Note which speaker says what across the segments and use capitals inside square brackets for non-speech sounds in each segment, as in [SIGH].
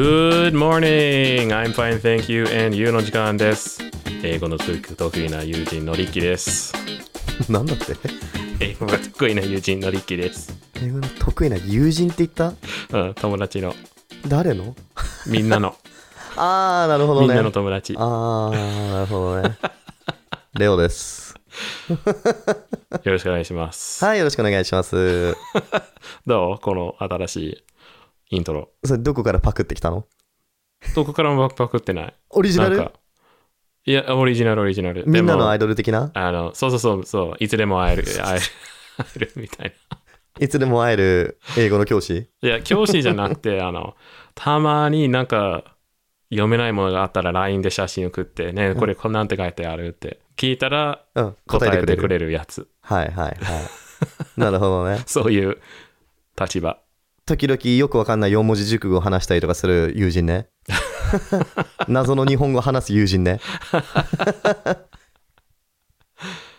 Speaker 1: Good morning! I'm fine, thank you, and you の時間です。英語の得意な友人のりっきです。
Speaker 2: [LAUGHS] なんだって
Speaker 1: 英語が得意な友人のりっきです。
Speaker 2: 英語の得意な友人って言った
Speaker 1: うん、友達の。
Speaker 2: 誰の
Speaker 1: みんな
Speaker 2: [LAUGHS]
Speaker 1: の。
Speaker 2: ああ、なるほど
Speaker 1: み
Speaker 2: ね。
Speaker 1: んなの友達。よ
Speaker 2: ああ、なる
Speaker 1: [LAUGHS]
Speaker 2: ほどね。レオです。
Speaker 1: ろしくお願いします。
Speaker 2: はい、よろしくお願いします。
Speaker 1: どうこの新しいイントロ。
Speaker 2: それどこからパクってきたの
Speaker 1: どこからもバックパクってない。
Speaker 2: オリジナ
Speaker 1: なん
Speaker 2: ル
Speaker 1: か、いや、オリジナルオリジナル。
Speaker 2: みんなのアイ
Speaker 1: でも
Speaker 2: ドル的な
Speaker 1: あの、そうそうそう、そう、いつでも会える、会える、会えるみたい
Speaker 2: いつでも会える英語の教師
Speaker 1: な。いや、教師じゃなく
Speaker 2: [LAUGHS]
Speaker 1: て、あの、たまになんか、読めないものがあったら LINE で写真送って、ね、これ、こんなんて書いてあるって。聞いたら、
Speaker 2: うん、
Speaker 1: 答
Speaker 2: 答えて
Speaker 1: え
Speaker 2: く
Speaker 1: て
Speaker 2: れ
Speaker 1: く
Speaker 2: る。
Speaker 1: れるやつ。
Speaker 2: はいはいはい。なるほどね。
Speaker 1: そういう立場。
Speaker 2: 時々よくわかんない4文字熟語を話したりとかする友
Speaker 1: [LAUGHS]
Speaker 2: 人ね。謎の日本語を話す友人ね。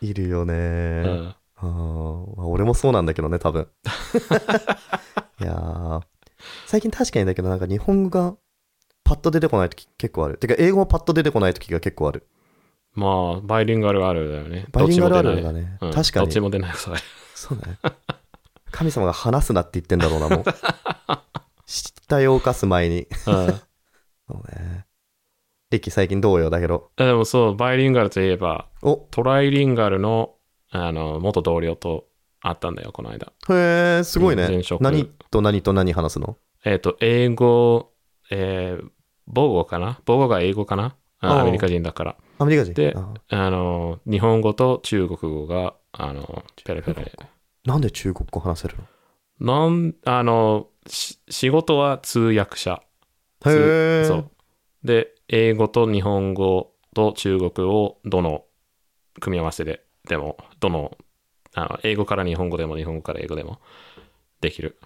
Speaker 2: いるよね。
Speaker 1: うん。
Speaker 2: あーまあ俺もそうなんだけどね、多
Speaker 1: [LAUGHS]
Speaker 2: 分。いやー最近確かにだけど、なんか日本語がパッと出てこないとき結構ある。てか、英語もパッと出てこないときが結構ある。
Speaker 1: まあ、バイリンガルあるだよね。
Speaker 2: バイリンガルあるあ
Speaker 1: どっ
Speaker 2: る
Speaker 1: ちも出
Speaker 2: だ
Speaker 1: ない
Speaker 2: ね。
Speaker 1: うん
Speaker 2: 確か
Speaker 1: どっち
Speaker 2: に。
Speaker 1: も出ない、
Speaker 2: [LAUGHS]
Speaker 1: それ。
Speaker 2: そうだね。神様が話すなって言ってんだろうな、
Speaker 1: [LAUGHS]
Speaker 2: もう。失態を犯す前
Speaker 1: う
Speaker 2: に。
Speaker 1: ん。
Speaker 2: そうね。リッキー最近どうよ、だけど。
Speaker 1: でもそう、バイリンガルといえば、
Speaker 2: お
Speaker 1: トライリンガルの、あの、元同僚と会ったんだよ、この間。
Speaker 2: へえ、すごいね
Speaker 1: 前職。
Speaker 2: 何と何と何話すの
Speaker 1: えっ、と、英語、えー、母語かな母語が英語かな
Speaker 2: あ
Speaker 1: あ
Speaker 2: あ
Speaker 1: アメリカ人だから。
Speaker 2: アメリカ人
Speaker 1: で
Speaker 2: あー
Speaker 1: あの、日本語と中国語が、あの、ペラペラで。
Speaker 2: なんで中国語話せるの
Speaker 1: なん、あの、し仕事は通訳者。通
Speaker 2: へえ。
Speaker 1: そう。で、英語と日本語と中国語をどの組み合わせで、でも、どの、あの英語から日本語でも、日本語から英語でもできる。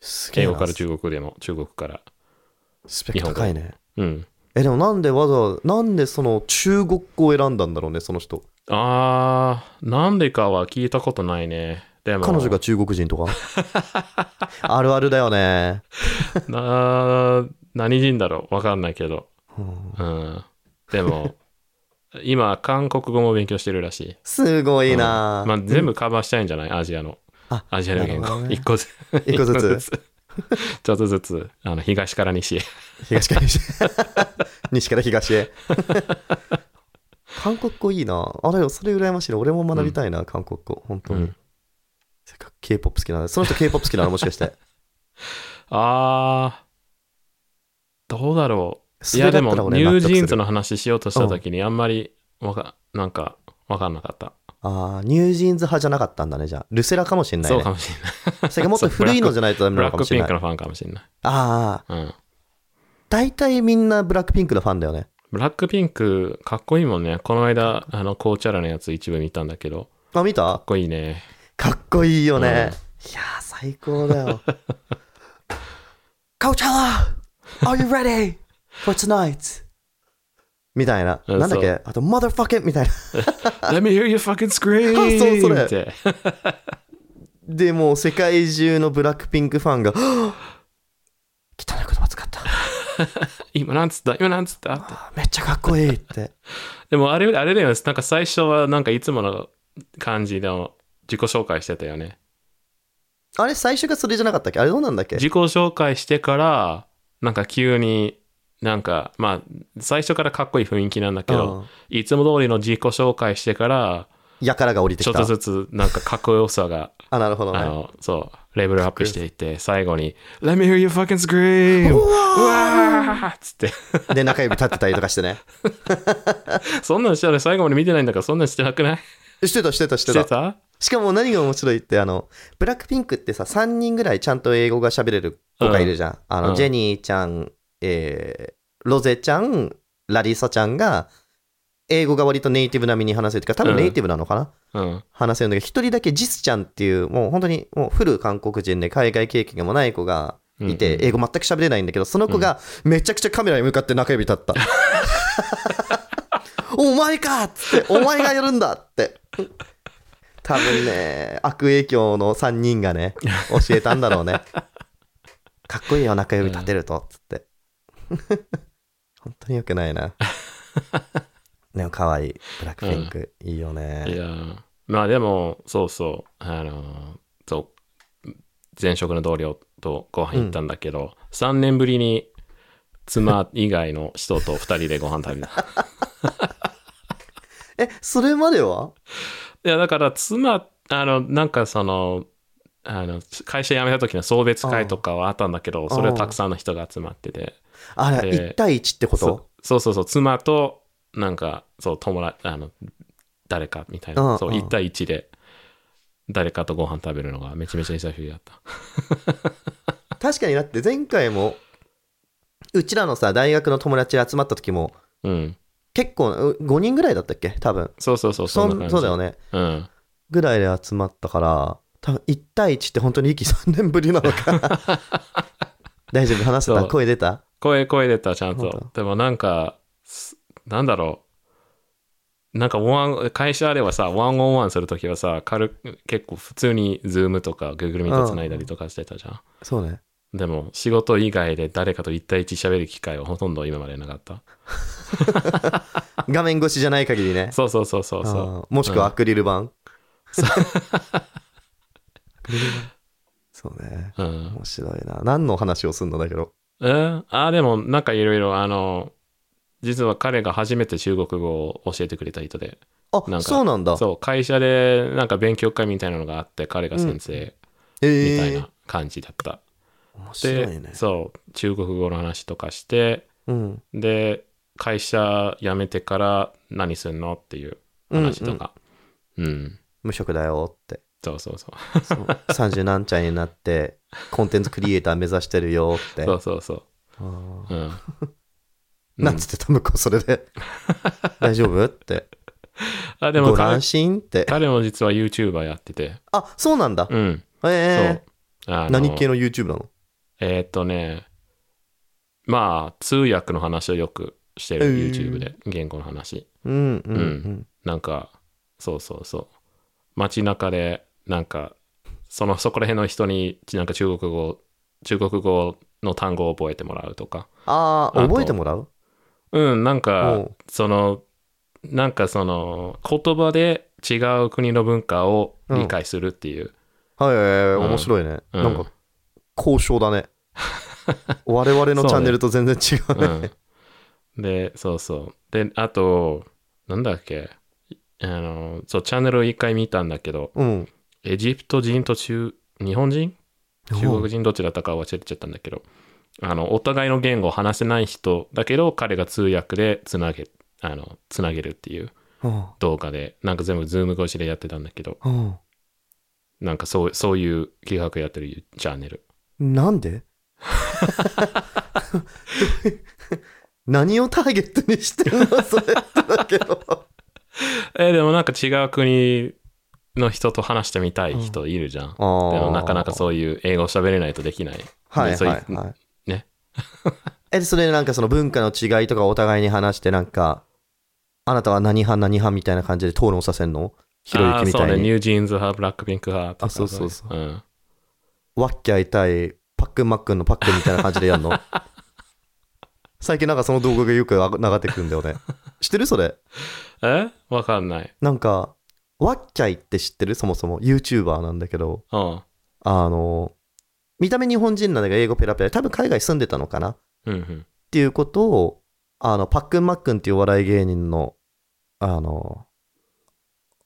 Speaker 2: すげえ
Speaker 1: 英
Speaker 2: な
Speaker 1: 語から中国語でも、中国から。
Speaker 2: スペック高いね。
Speaker 1: うん。
Speaker 2: え、でもなんでわざわざ、なんでその中国語を選んだんだろうね、その人。
Speaker 1: あー、なんでかは聞いたことないね。でも、
Speaker 2: 彼女が中国人と
Speaker 1: [LAUGHS]
Speaker 2: かあるあるだよね。
Speaker 1: な、何人だろうわかんないけど。
Speaker 2: うん
Speaker 1: うん。でも、今、韓国語も勉強してるらしい。
Speaker 2: すごいな、
Speaker 1: まあ、全部カバーしたいんじゃないアジアの。
Speaker 2: あ
Speaker 1: アジアの言
Speaker 2: なるほ
Speaker 1: 語。
Speaker 2: どね
Speaker 1: 一個ずつ。
Speaker 2: 一個ず
Speaker 1: [LAUGHS]
Speaker 2: つ
Speaker 1: ちょっとずつ、あの、東から西へ。
Speaker 2: 東から
Speaker 1: [LAUGHS]
Speaker 2: 西へ西から東へ韓国語いいなあれよそれ羨ましいな俺も学びたいな、韓国語本当に、
Speaker 1: うん
Speaker 2: せっかく K-POP 好きなのその人 K-POP 好きなの [LAUGHS] もしかして
Speaker 1: あー、どうだろう。
Speaker 2: そ
Speaker 1: い
Speaker 2: れ
Speaker 1: や、
Speaker 2: だ
Speaker 1: で
Speaker 2: っ
Speaker 1: も
Speaker 2: たら、俺
Speaker 1: ニュ
Speaker 2: 納
Speaker 1: ー
Speaker 2: 得
Speaker 1: ジーン
Speaker 2: す
Speaker 1: ズ
Speaker 2: る
Speaker 1: の話しようとしたときに、あんまり、わか、なんか、わかんなかった。
Speaker 2: ああニュージーンズ派じゃなかったんだねじゃあルセラかもしれない
Speaker 1: そう
Speaker 2: ね
Speaker 1: かもしれない。
Speaker 2: それがもっと古いのじゃないとダメ
Speaker 1: ブ
Speaker 2: な
Speaker 1: ラ
Speaker 2: のか
Speaker 1: ッ
Speaker 2: も
Speaker 1: ク
Speaker 2: し
Speaker 1: ピ
Speaker 2: れ
Speaker 1: ン
Speaker 2: ない
Speaker 1: クのファンかもしれない。
Speaker 2: ああ、
Speaker 1: うん。
Speaker 2: 大体みんなブラックピンクのファンだよね。
Speaker 1: ブラックピンク、かっこいいもんね。この間、あの、紅茶らのやつ一部見たんだけど、
Speaker 2: あ、見
Speaker 1: か
Speaker 2: た
Speaker 1: っこいいね。
Speaker 2: かっこいいよね。
Speaker 1: うん
Speaker 2: いやー、最高だ [LAUGHS] よ。カウチャー !Are you ready for tonight? みたいな。
Speaker 1: うん
Speaker 2: なんだ
Speaker 1: そ
Speaker 2: っけあと、motherfucking! みたいな。 [LAUGHS]
Speaker 1: Let me hear you fucking scream!
Speaker 2: あ [LAUGHS] そうそれ
Speaker 1: って。
Speaker 2: で、もう世界中のブラックピンクファン [GASPS] が、はぁ汚い言葉使った。
Speaker 1: 今なんつった今なんつったって
Speaker 2: あ [LAUGHS] ーめっちゃかっこいいって。
Speaker 1: でもあれ、あれだよね。なんか最初はなんかいつもの感じの自己紹介してたよね。
Speaker 2: あれ、最初がそれじゃなかったっけあれどうなんだっけ
Speaker 1: 自己紹介してから、なんか急に、なんか、まあ、最初からかっこいい雰囲気なんだけど、
Speaker 2: うん
Speaker 1: いつも通りの自己紹介してから、
Speaker 2: やからが降りて
Speaker 1: ちょ
Speaker 2: き
Speaker 1: っと
Speaker 2: た。
Speaker 1: ずつなんかかっこよさ
Speaker 2: [LAUGHS]
Speaker 1: が
Speaker 2: あ、なるほど
Speaker 1: あ
Speaker 2: ね。
Speaker 1: の、そう、レベルアップしていって、最後に、Let me hear you fucking scream! うわーっつって、
Speaker 2: で、中指立ってたりとかして [LAUGHS] ね。
Speaker 1: そんなんしたら最後まで見てないんだから、そんなんしてなくない
Speaker 2: してた、してた、し
Speaker 1: してて
Speaker 2: た。
Speaker 1: た
Speaker 2: しかも何が面白いってあのブラックピンクってさ3人ぐらいちゃんと英語が喋れる子がいるじゃん、あの
Speaker 1: うん
Speaker 2: ジェニーちゃん、えーロゼちゃんラリサちゃんが英語が割とネイティブ並みに話せるっていうか多
Speaker 1: う
Speaker 2: 分
Speaker 1: ん
Speaker 2: ネイティブなのかな、
Speaker 1: うん。
Speaker 2: 話せるんだけど1人だけジスちゃんっていうもう本当にもうフル韓国人で海外経験がもうない子がいて、英語全く喋れないんだけどその子がめちゃくちゃカメラに向かって中指立 [LAUGHS] った、お前かっつってお前がやるんだって多分ね悪影響の3人がね教えたんだろうねかっこいいよ中指立てるとっつって [LAUGHS] 本当に良くない [LAUGHS] な。でも可愛い。ブラックピンク。いいよ
Speaker 1: い
Speaker 2: ね。
Speaker 1: やーまあでも、そうそう、あのーそう、前職の同僚とご飯行ったんだけど、3年ぶりに妻以外の人と2人でご飯食べ [LAUGHS] た。
Speaker 2: え、それまではい
Speaker 1: や、だから妻、あの、なんかその、あの会社辞めた時の送別会とかはあったんだけど、それはたくさんの人が集まってて、
Speaker 2: あら、
Speaker 1: えー
Speaker 2: 1対1ってこと
Speaker 1: そそうそうそう、妻と、なんか、そう、友達、あの、誰かみたい
Speaker 2: うんう
Speaker 1: な、
Speaker 2: ん
Speaker 1: そう、1対1で、誰かとご飯食べるのがめちゃめちゃ久しぶりだった。
Speaker 2: 確かにだって前回も、うちらのさ、大学の友達集まった時も、
Speaker 1: うん。
Speaker 2: 結構、う5人ぐらいだったっけ多分。
Speaker 1: そうそうそう、
Speaker 2: そ
Speaker 1: そん
Speaker 2: ん
Speaker 1: な感じ。
Speaker 2: そうだよね。
Speaker 1: うん。
Speaker 2: ぐらいで集まったから、多分1対1って本当に息3年ぶりなのか。
Speaker 1: [LAUGHS]
Speaker 2: 大丈夫話せ
Speaker 1: そ
Speaker 2: た
Speaker 1: う
Speaker 2: 声出た
Speaker 1: 声、声出た、ちゃん
Speaker 2: 本当
Speaker 1: と。でもなんか、すなんだろう。なんかワン、会社ではさ、ワンオンワンするときはさ、軽く、結構普通に Zoom とか Google Meet つないだりとかしてたじゃん。
Speaker 2: そうね。
Speaker 1: でも、仕事以外で誰かと一対一喋る機会はほとんど今までなかった。
Speaker 2: 画面越しじゃない限りね。
Speaker 1: そうそうそうそうそう。
Speaker 2: あーもしくは
Speaker 1: う
Speaker 2: ア
Speaker 1: ん
Speaker 2: クリル板。ア [LAUGHS] クリル板そうね。
Speaker 1: うん。
Speaker 2: 面白いな。何の話をするのだけど。
Speaker 1: えーあー、でも、なんかいろいろ、あの、実は彼が初めて中国語を教えてくれた人で、なん
Speaker 2: あ、
Speaker 1: か
Speaker 2: そうなんだ。
Speaker 1: そう、会社でなんか勉強会みたいなのがあって、彼が先生みたい
Speaker 2: ええ
Speaker 1: な感じだった。
Speaker 2: 面白
Speaker 1: で、
Speaker 2: いね。
Speaker 1: そう、中国語の話とかして、
Speaker 2: うん。
Speaker 1: で、会社辞めてから何すんのっていう話とか。うん、
Speaker 2: 無職だよ
Speaker 1: [LAUGHS]
Speaker 2: って。
Speaker 1: そうそうそう。
Speaker 2: そう30何歳になって、コンテンツクリエイター目指してるよって。
Speaker 1: そうそうそう。
Speaker 2: あ
Speaker 1: う
Speaker 2: ー
Speaker 1: ん。
Speaker 2: なんつってた向こうそれ
Speaker 1: [LAUGHS]
Speaker 2: で大丈夫って
Speaker 1: あ、でも
Speaker 2: ご
Speaker 1: 彼
Speaker 2: 安、心って
Speaker 1: 彼も実は YouTuber やってて。
Speaker 2: あそうなんだ
Speaker 1: うん。そう
Speaker 2: え。
Speaker 1: あ
Speaker 2: え
Speaker 1: の
Speaker 2: 何系の YouTube なの
Speaker 1: えーっとね、まあ、通訳の話をよくしてる
Speaker 2: えー
Speaker 1: YouTube で、言語の話。
Speaker 2: うんうんう
Speaker 1: うんなんか、そうそうそう。街中で、なんか、その、そこら辺の人に、なんか中国語、中国語の単語を覚えてもらうとか。
Speaker 2: ああ
Speaker 1: あと
Speaker 2: 覚えてもらう
Speaker 1: うん、なん
Speaker 2: お
Speaker 1: か
Speaker 2: う、
Speaker 1: その、なんかその、言葉で違う国の文化を理解するっていう。
Speaker 2: はいはいはい
Speaker 1: うん
Speaker 2: 面白いね
Speaker 1: うん
Speaker 2: なんか交渉
Speaker 1: [LAUGHS]
Speaker 2: だね我々のチャンネルと全然違うね
Speaker 1: うん、で、そうそう。で、あと、なんだっけ、あの、そう、チャンネルを一回見たんだけど、
Speaker 2: うん
Speaker 1: エジプト人と中、日本人中国人どっちだったか忘れちゃったんだけど、あの、お互いの言語を話せない人だけど、彼が通訳でつなげ、あの、つなげるっていう
Speaker 2: うん
Speaker 1: 動画で、なんか全部ズーム越しでやってたんだけど、
Speaker 2: うん
Speaker 1: なんかそう、そういう企画やってるチャンネル。
Speaker 2: なんで [LAUGHS] 何をターゲットにしてるのそれってだけど
Speaker 1: えーでもなんか違う国の人と話してみたい人いるじゃん。
Speaker 2: あー
Speaker 1: でもなかなかそういう英語喋れないとできない。
Speaker 2: はい
Speaker 1: でそう
Speaker 2: は
Speaker 1: う
Speaker 2: いはい。
Speaker 1: ね。
Speaker 2: [LAUGHS] え、それでなんかその文化の違いとかお互いに話してなんか、あなたは何派何派みたいな感じで討論させんのひろゆきみ
Speaker 1: あー
Speaker 2: た
Speaker 1: そう
Speaker 2: い
Speaker 1: ね、ニ
Speaker 2: に。
Speaker 1: ュージーンズ派、ブラックピンク派とか。。
Speaker 2: あそうそうそう
Speaker 1: うん、
Speaker 2: わっきゃいたい、パックンマックンのパックンみたいな感じでやんの最近なんかその動画がよく流れてくるんだよね。知ってるそれ。
Speaker 1: えわかんない。
Speaker 2: なんか、わっきゃいって知ってるそもそも。YouTuber なんだけど、
Speaker 1: うん。
Speaker 2: あの、見た目日本人なんだけど英語ペラペラで多分海外住んでたのかな
Speaker 1: うんうん。
Speaker 2: っていうことを、あの、パックンマックンっていうお笑い芸人の、あの、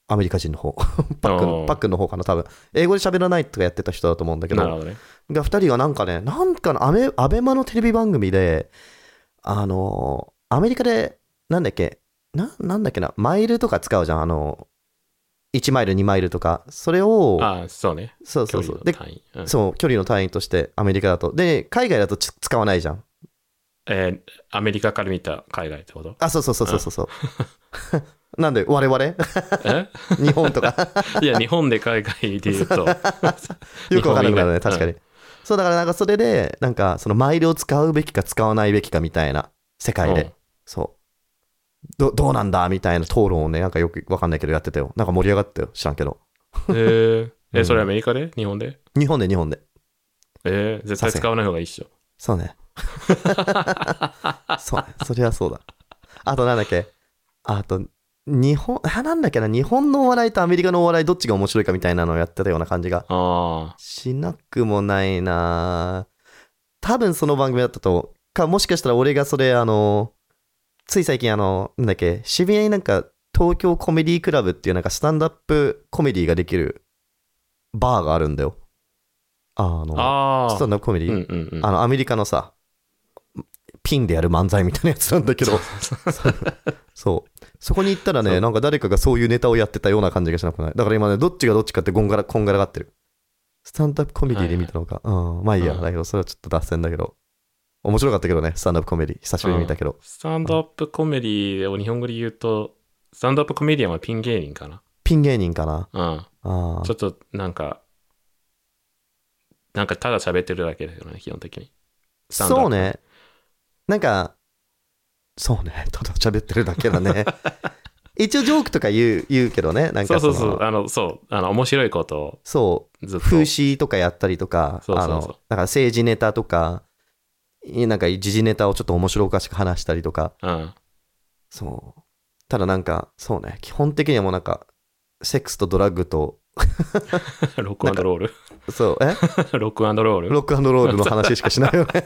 Speaker 2: アメリカ人の方、 [LAUGHS] パック
Speaker 1: お
Speaker 2: ン、
Speaker 1: ー
Speaker 2: パックンの方かな、多分。英語で喋らないとかやってた人だと思うんだけ
Speaker 1: なる
Speaker 2: ど、
Speaker 1: ほどね。
Speaker 2: が、二人がなんかね、なんかのアメ、アベマのテレビ番組で、あの、アメリカで、なんだっけ、な、なんだっけな、マイルとか使うじゃん、あの、1マイル、2マイルとか、それを、
Speaker 1: あーそうね。
Speaker 2: そうそ
Speaker 1: 距離
Speaker 2: うそ
Speaker 1: の
Speaker 2: う。で、
Speaker 1: 単位。うん、
Speaker 2: そう、距離の単位として、アメリカだと。で、海外だとつ使わないじゃん。
Speaker 1: えーアメリカから見た海外って [LAUGHS] こと
Speaker 2: あ、そうそうそうそうそうそう。なんで、我々 [LAUGHS]
Speaker 1: え
Speaker 2: 日本
Speaker 1: [LAUGHS]
Speaker 2: とか、
Speaker 1: いや、日本で海外で言うと。
Speaker 2: よくわからなくなる
Speaker 1: 日本以
Speaker 2: ね、
Speaker 1: 外
Speaker 2: 確かに。そう、だからなんかそれで、なんか、そのマイルを使うべきか使わないべきかみたいな、世界
Speaker 1: う
Speaker 2: で
Speaker 1: ん。
Speaker 2: そう。どどうなんだみたいな討論をね、なんかよくわかんないけどやってたよ。なんか盛り上がったよ、知らんけど。
Speaker 1: えー
Speaker 2: う
Speaker 1: え、
Speaker 2: ん
Speaker 1: それアメリカで日本で
Speaker 2: 日本で、日本で。
Speaker 1: えー絶対使わない方がいいっしょ。
Speaker 2: そうね。そう、そりゃそうだ。あとなんだっけあと、日本、あ、なんだっけな、日本のお笑いとアメリカのお笑いどっちが面白いかみたいなのをやってたような感じが
Speaker 1: あ
Speaker 2: しなくもないな多分その番組だったと、か、もしかしたら俺がそれ、あの、つい最近あの、なんだっけ、渋谷になんか東京コメディクラブっていうなんかスタンドアップコメディができるバーがあるんだよ。あ
Speaker 1: あ。
Speaker 2: の、
Speaker 1: ああ。
Speaker 2: スタンドアップコメディ、
Speaker 1: うんうんうん。
Speaker 2: あの、アメリカのさ、ピンでやる漫才みたいなやつなんだけど、 [LAUGHS] そう。そこに行ったら
Speaker 1: そ
Speaker 2: ね、
Speaker 1: う
Speaker 2: なんか誰かがそういうネタをやってたような感じがしなくない。だから今ね、どっちがどっちかってこんがら、こんがらがってる。スタンダップコメディで見たのか。うん。まあいいや、
Speaker 1: うん
Speaker 2: だけど、それはちょっと脱線だけど。面白かったけどね、スタンダップコメディ。久しぶりに見たけど。
Speaker 1: スタンドアップコメディを日本語で言うと、スタンドアップコメディアンはピン芸人かな。
Speaker 2: ピン芸人かな。
Speaker 1: うん。
Speaker 2: あ
Speaker 1: ちょっとなんか、なんかただ喋ってるだけだよね、基本的に。
Speaker 2: あ。
Speaker 1: スタンドアップ
Speaker 2: そうね。なんか、そうね。ただ喋ってるだけだ
Speaker 1: [LAUGHS]
Speaker 2: ね。一応ジョークとか言う、言うけどね。なん
Speaker 1: そ
Speaker 2: か
Speaker 1: うそう
Speaker 2: の
Speaker 1: そう、あの、そう、あの、面白いことを
Speaker 2: そう。
Speaker 1: ずっと。
Speaker 2: 風刺とかやったりとか、
Speaker 1: そうそう
Speaker 2: あ
Speaker 1: そう
Speaker 2: の、なんか政治ネタとか、いなんか時事ネタをちょっと面白おかしく話したりとか、
Speaker 1: うん。 [LAUGHS]
Speaker 2: そう。ただなんか、そうね、基本的にはもうなんか、セックスとドラッグと、
Speaker 1: ロックアンドロール。
Speaker 2: そう、
Speaker 1: [LAUGHS]
Speaker 2: え
Speaker 1: ロックアンドロール。
Speaker 2: ロックアンドロールの話しかしないよ
Speaker 1: [LAUGHS]
Speaker 2: ね。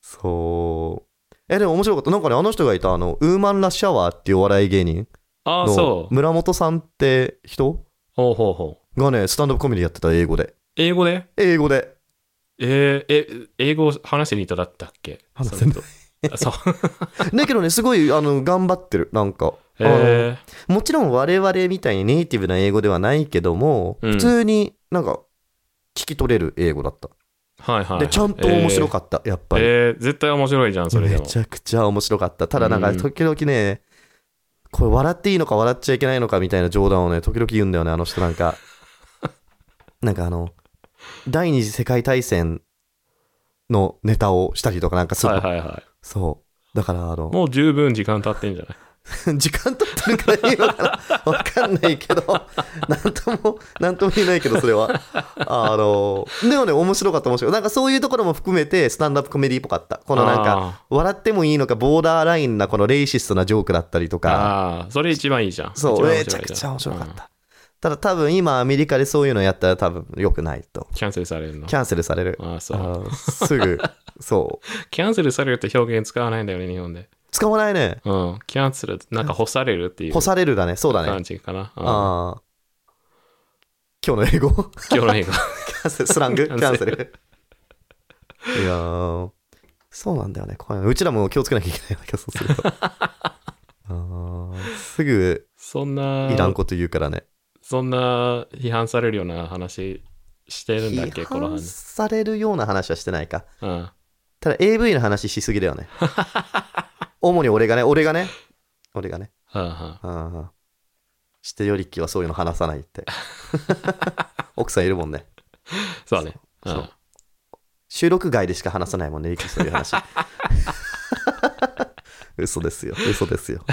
Speaker 2: そう。え、でも面白かった。なんかね、あの人がいた、あの、ウーマンラッシャワーっていうお笑い芸人
Speaker 1: ああ、
Speaker 2: の
Speaker 1: そう。
Speaker 2: 村本さんって人
Speaker 1: ほうほうほう。
Speaker 2: がね、スタンドアップコメディやってた、英語で。
Speaker 1: 英語で
Speaker 2: 英語で。
Speaker 1: えー、え、英語話してる人だったっけ
Speaker 2: 話せない
Speaker 1: それとあ
Speaker 2: [LAUGHS]
Speaker 1: そう。
Speaker 2: だけどね、すごい、あの、頑張ってる、なんか。あの
Speaker 1: え
Speaker 2: もちろん我々みたいにネイティブな英語ではないけども、
Speaker 1: うん
Speaker 2: 普通になんか聞き取れる英語だった。
Speaker 1: ー、はいはい。
Speaker 2: で、ちゃんと面白かった、やっぱり。
Speaker 1: えー、絶対面白いじゃん、それで
Speaker 2: め
Speaker 1: も。
Speaker 2: ちゃくちゃ面白かった。ただなんか
Speaker 1: うん
Speaker 2: 時々ね、これ笑っていいのか笑っちゃいけないのかみたいな冗談をね、時々言うんだよね、あの人なん
Speaker 1: [LAUGHS]
Speaker 2: か。なんかあの、第二次世界大戦のネタをしたりとかなんかする
Speaker 1: は
Speaker 2: の。
Speaker 1: いはいは
Speaker 2: そう。だからあの
Speaker 1: い。、もう十分時間経ってんじゃない
Speaker 2: [LAUGHS] 時間取ってるからいいのかな [LAUGHS] わかんないけど、なんとも、なんとも言えないけど、それは。あの、でもね、面白かった、面白かった。なんかそういうところも含めて、スタンダップコメディっぽかった。このなんか、
Speaker 1: か、
Speaker 2: 笑ってもいいのか、ボーダーラインな、このレイシストなジョークだったりとか、
Speaker 1: ああー、それ一番いいじゃん。
Speaker 2: そ
Speaker 1: 一
Speaker 2: う、
Speaker 1: 番
Speaker 2: め
Speaker 1: 面
Speaker 2: ち
Speaker 1: 白
Speaker 2: ゃ
Speaker 1: い
Speaker 2: く
Speaker 1: じ
Speaker 2: ちゃ面白かっ
Speaker 1: うん
Speaker 2: た。ただ多分今、アメリカでそういうのやったら多分良くないと。
Speaker 1: キャンセルされるの。
Speaker 2: キャンセルされる。
Speaker 1: ああ、
Speaker 2: あ
Speaker 1: そう。
Speaker 2: の
Speaker 1: [LAUGHS]
Speaker 2: すぐ、そう。
Speaker 1: キャンセルされるって表現使わないんだよね、日本で。
Speaker 2: 使わないね。
Speaker 1: うん。キャンセル、なんか干されるっていう
Speaker 2: 干されるだね。そうだね。
Speaker 1: 感じかな。うん
Speaker 2: ああ。今日の英語
Speaker 1: 今日の映画。 [LAUGHS]
Speaker 2: キャンセル [LAUGHS] スラングキ
Speaker 1: キャンセル
Speaker 2: ャンセル。 [LAUGHS] いやーそうなんだよね。これうちらも気をつけなきゃいけないわけそうする
Speaker 1: [LAUGHS]
Speaker 2: と。あーすぐ
Speaker 1: そんな、
Speaker 2: いらんこと言うからね。
Speaker 1: そんな批判されるような話してるんだっけ、
Speaker 2: 批
Speaker 1: この
Speaker 2: 判
Speaker 1: 話。
Speaker 2: されるような話はしてないか。
Speaker 1: うん。
Speaker 2: ただ AV の話しすぎだよね。 [LAUGHS] 主に俺がね、俺がね、俺がね。
Speaker 1: うんうん
Speaker 2: うんしてよりきはそういうの話さない
Speaker 1: [LAUGHS]
Speaker 2: って。奥さんいるもんね。
Speaker 1: そうね。う
Speaker 2: そうん収録外でしか話さないもんね、リキそういう
Speaker 1: [LAUGHS]
Speaker 2: 話。嘘ですよ、嘘ですよ。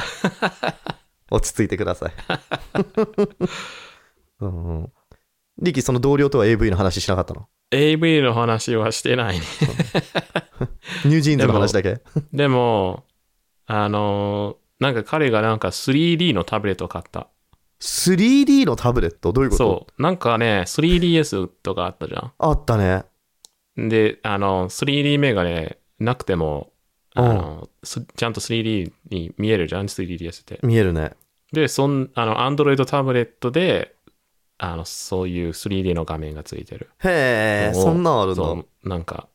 Speaker 2: 落ち着いてく
Speaker 1: [LAUGHS]
Speaker 2: ださい。うんうん、リキ、その同僚とは AV の話しなかったの
Speaker 1: AV の話はしてないね。 [LAUGHS]
Speaker 2: ニュージーンズの話だけ
Speaker 1: でも、あのーなんか彼がなんか 3D のタブレットを買った。
Speaker 2: ?3D のタブレットどういうこと
Speaker 1: そう。なんかね、3DS とかあったじゃ
Speaker 2: あったね。
Speaker 1: ん。で、あの、3D メガネなくても、あのすちゃんと 3D に見えるじゃん、3DS って。
Speaker 2: 見えるね。
Speaker 1: で、そん、あの、アンドロイドタブレットで、あの、そういう 3D の画面がついてる。
Speaker 2: へえ、
Speaker 1: そう
Speaker 2: そんなんあるんだ。う
Speaker 1: そう、なんか、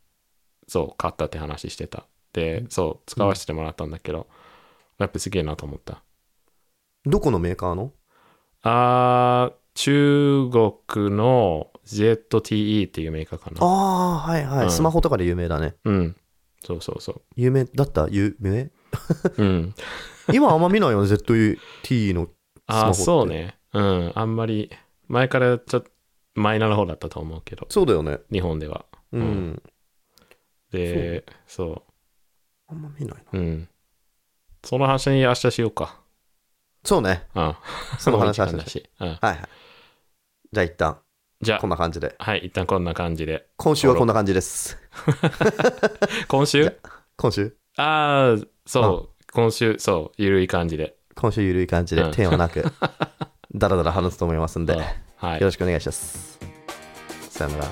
Speaker 1: そう、買ったって話してた。で、そう、使わせてもらったんだけど、やっぱすげえなと思った。
Speaker 2: どこのメーカーの
Speaker 1: あー、中国の ZTE っていうメーカーかな。
Speaker 2: ああ、はいはい、
Speaker 1: うん
Speaker 2: スマホとかで有名だね。
Speaker 1: うん。そうそうそ
Speaker 2: 有名だった有名
Speaker 1: う。うん。
Speaker 2: 今あんま見ないよね、ZTE の。
Speaker 1: あー、
Speaker 2: スマホ
Speaker 1: そ
Speaker 2: って
Speaker 1: うね。うん。あんまり、前からちょっと、マイナーな方だったと思うけど、
Speaker 2: そうだよね。
Speaker 1: 日本では。
Speaker 2: う
Speaker 1: うんんで、そ
Speaker 2: あんま見ないな。
Speaker 1: う。うん。その話に明日しようか。
Speaker 2: そう [LAUGHS] ね。
Speaker 1: うん。
Speaker 2: その話
Speaker 1: も
Speaker 2: は
Speaker 1: う時
Speaker 2: し
Speaker 1: 間
Speaker 2: ま
Speaker 1: だ
Speaker 2: し
Speaker 1: し。うん。
Speaker 2: はいはい。じゃあ一旦、
Speaker 1: じゃ
Speaker 2: こんな感じで。
Speaker 1: あ、はい、一旦こんな感じで。
Speaker 2: 今週はこんな感じです。
Speaker 1: 今週
Speaker 2: 今週
Speaker 1: ああ、そう、今週、そう、ゆるい感じで。
Speaker 2: 今週ゆるい感じで、
Speaker 1: うん
Speaker 2: テーマなく、 [LAUGHS] だらだら話すと思いますんで、
Speaker 1: うんはい
Speaker 2: よろ。しくお願いします。さよなら。